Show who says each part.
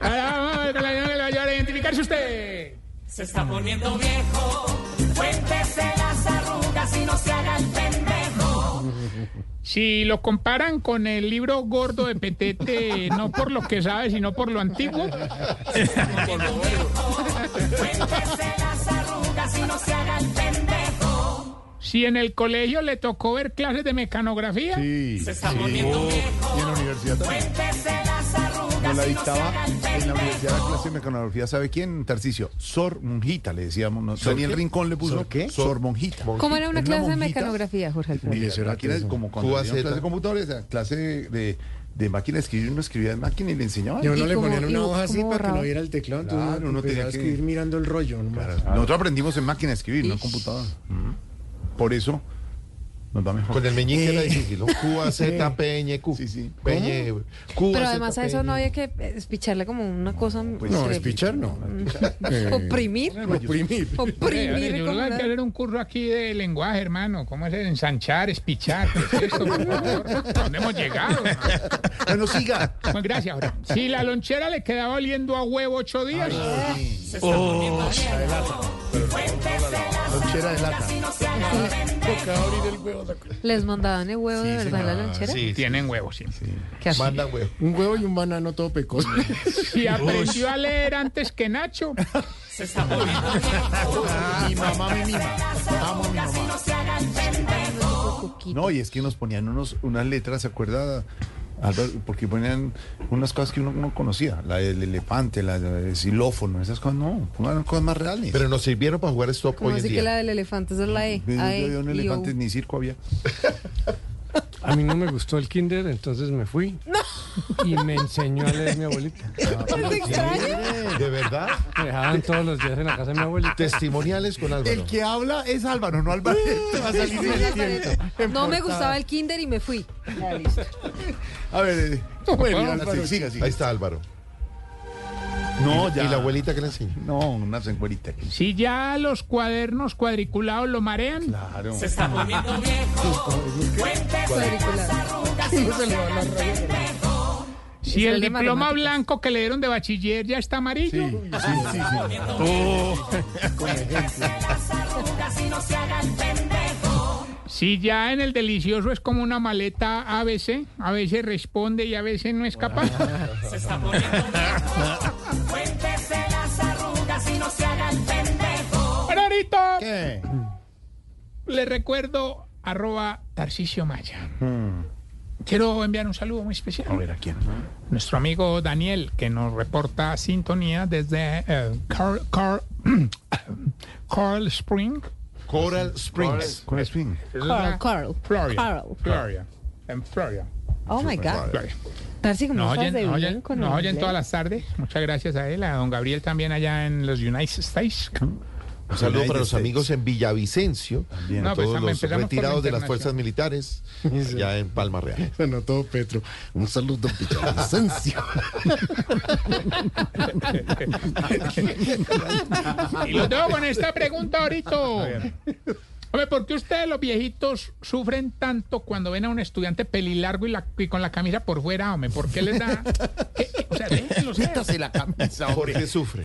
Speaker 1: Ah, meterse ah, usted.
Speaker 2: Se está poniendo viejo, cuéntese las arrugas y no se haga el pendejo.
Speaker 1: Si lo comparan con el libro gordo de Petete, no por lo que sabe, sino por lo antiguo,
Speaker 2: Cuéntese las arrugas y no se haga el pendejo.
Speaker 1: si en el colegio le tocó ver clases de mecanografía, Eh,
Speaker 3: Sí,
Speaker 2: Se está
Speaker 3: sí. Oh.
Speaker 2: poniendo
Speaker 3: Y en la
Speaker 2: viejo,
Speaker 3: universidad también.
Speaker 2: cuéntese las
Speaker 3: Nos la
Speaker 2: arrugas y no se
Speaker 3: dictaba
Speaker 2: haga el
Speaker 3: en la universidad
Speaker 2: pendejo.
Speaker 3: la clase de mecanografía. ¿Sabe quién? Tarcicio. Sor Monjita, le decíamos. ¿no? Daniel Rincón le puso.
Speaker 4: ¿Sor qué?
Speaker 3: Sor Monjita.
Speaker 5: ¿Cómo era una
Speaker 3: Es
Speaker 5: clase de
Speaker 3: monjita.
Speaker 5: mecanografía, Jorge Alfredo?
Speaker 3: Mire, será que era como cuando
Speaker 4: Cuba
Speaker 3: tenían
Speaker 4: Zeta.
Speaker 3: clase de computadores, la clase de, de máquina de escribir, uno escribía en máquina y le enseñaba.
Speaker 4: Yo
Speaker 5: ¿Y
Speaker 4: no le
Speaker 5: cómo-
Speaker 4: ponían
Speaker 5: y
Speaker 4: una hoja así
Speaker 5: cómo
Speaker 4: para que
Speaker 5: borraba?
Speaker 4: no viera el teclado, entonces
Speaker 3: Claro, uno
Speaker 4: uno
Speaker 3: tenía
Speaker 4: tenía
Speaker 3: que-
Speaker 4: que ir mirando el rollo. nomás.
Speaker 3: Nosotros aprendimos en máquina a escribir, no en
Speaker 5: Ish.
Speaker 3: computador. Por eso nos va mejor.
Speaker 4: Con el meñique era difícil, ¿no?
Speaker 3: Cuba,
Speaker 4: Z,
Speaker 3: P, Ñ, Q. Eh. Sí, sí.
Speaker 4: Peñe,
Speaker 5: Pero además a eso no había que eh, espicharle como una cosa.
Speaker 4: Pues No,
Speaker 3: pues,
Speaker 5: entre-
Speaker 4: es pichar, no.
Speaker 5: Mm,
Speaker 4: Pues,
Speaker 5: Oprimir.
Speaker 4: Oprimir.
Speaker 1: Eh, yo
Speaker 5: Oprimir. con
Speaker 1: creo que hay
Speaker 5: una-
Speaker 1: que hacer un curso aquí de lenguaje, hermano. ¿Cómo es el ensanchar, espichar? ¿Qué es esto, por favor? ¿A ¿Dónde hemos llegado? hermano?
Speaker 3: Bueno, siga.
Speaker 1: Bueno, gracias, ahora. Si la lonchera le quedaba oliendo a huevo ocho días,
Speaker 2: Se está poniendo viejo, cuéntese las
Speaker 3: Lonchera de lata.
Speaker 2: arrugas y no se haga el pendejo.
Speaker 5: Les mandaban el huevo de verdad en la lonchera.
Speaker 1: tienen huevos, sí.
Speaker 5: Qué asco.
Speaker 3: huevo.
Speaker 4: Un huevo y un banano todo pecoso.
Speaker 1: Si aprendió a leer antes que Nacho,
Speaker 2: Se está poniendo
Speaker 3: Mi mamá me mima. Amo a mi
Speaker 2: viejo,
Speaker 3: mamá.
Speaker 2: no se haga el pendejo.
Speaker 5: Coquito.
Speaker 3: No, y es que nos ponían unos, unas letras, ¿se acuerda? Álvaro? porque ponían unas cosas que uno no conocía, la del elefante, la del xilófono, esas cosas no, pongan cosas más reales.
Speaker 6: Pero nos sirvieron para jugar stop
Speaker 5: Como
Speaker 6: hoy en
Speaker 5: así
Speaker 6: día.
Speaker 5: que la del elefante esa es la E.
Speaker 3: Yo- yo
Speaker 5: A, E,
Speaker 3: había un
Speaker 5: I, O,
Speaker 3: elefante,
Speaker 5: U.
Speaker 3: ni circo había.
Speaker 7: A mí no me gustó el kinder, entonces me fui. Y me enseñó a leer mi abuelita.
Speaker 5: ¿Es extraño?
Speaker 6: De verdad,
Speaker 7: Me dejaban todos los días en la casa de mi abuelita.
Speaker 6: testimoniales con Álvaro.
Speaker 3: El que habla es Álvaro, no Álvaro. Te va a salir en el tiempo. En
Speaker 5: E. No me
Speaker 3: portada.
Speaker 5: gustaba el kinder y me fui. Ya, listo.
Speaker 3: A ver, eh, bueno, Álvaro, siga, siga.
Speaker 6: Ahí está Álvaro.
Speaker 3: No,
Speaker 6: ¿Y la abuelita que le enseñó?
Speaker 3: No, una sencuerita.
Speaker 1: si ya los cuadernos cuadriculados lo marean,
Speaker 3: Claro.
Speaker 2: Se está poniendo viejo, cuéntese las
Speaker 5: Cuadriculado.
Speaker 2: arrugas y no se haga el pendejo.
Speaker 1: si
Speaker 5: Es
Speaker 1: el
Speaker 5: el de
Speaker 1: diploma
Speaker 5: matemáticas.
Speaker 1: blanco que le dieron de bachiller ya está amarillo.
Speaker 2: Las arrugas y no se haga el pendejo.
Speaker 1: Si ya en el delicioso es como una maleta ABC, a veces responde y a veces no es capaz.
Speaker 2: Se está poniendo viejo, cuéntese las arrugas y no se haga el pendejo.
Speaker 1: Pero ahorita
Speaker 3: ¿Qué?
Speaker 1: le recuerdo arroba Tarcicio Maya. Quiero enviar un saludo muy especial.
Speaker 3: A ver, ¿a quién?
Speaker 1: Nuestro amigo Daniel, que nos reporta sintonía desde eh, Carl, Carl- Carl Spring,
Speaker 6: Coral Springs.
Speaker 3: ¿Cuál es Ping?
Speaker 5: Carl, Carl.
Speaker 1: Florida.
Speaker 5: Carl.
Speaker 1: Florida. En Florida.
Speaker 5: Oh my God.
Speaker 1: Florida.
Speaker 5: Tarsi, ¿cómo
Speaker 1: Nos
Speaker 5: estás
Speaker 1: oyen,
Speaker 5: de
Speaker 1: nos
Speaker 5: bien
Speaker 1: oyen-
Speaker 5: con
Speaker 1: nos
Speaker 5: el
Speaker 1: oyen
Speaker 5: inglés?
Speaker 1: todas las tardes. Muchas gracias a él, a don Gabriel también allá en los United States.
Speaker 6: Un saludo
Speaker 3: United
Speaker 6: para los
Speaker 3: States.
Speaker 6: amigos en Villavicencio,
Speaker 3: También.
Speaker 6: a
Speaker 1: No, pues,
Speaker 6: todos los
Speaker 1: empezamos por la
Speaker 6: retirados de las
Speaker 1: internacional.
Speaker 6: fuerzas militares, ya en Palma Real.
Speaker 4: Bueno, todo Petro. Un saludo, Villavicencio.
Speaker 1: Y lo tengo con esta pregunta ahorita. Hombre, ¿por qué ustedes los viejitos sufren tanto cuando ven a un estudiante pelilargo y, la- y con la camisa por fuera, hombre? ¿Por qué les da...? ¿Qué- qué? O sea, déjenlo ser.
Speaker 6: É
Speaker 3: Quítase la camisa,
Speaker 6: ¿Por qué sufre?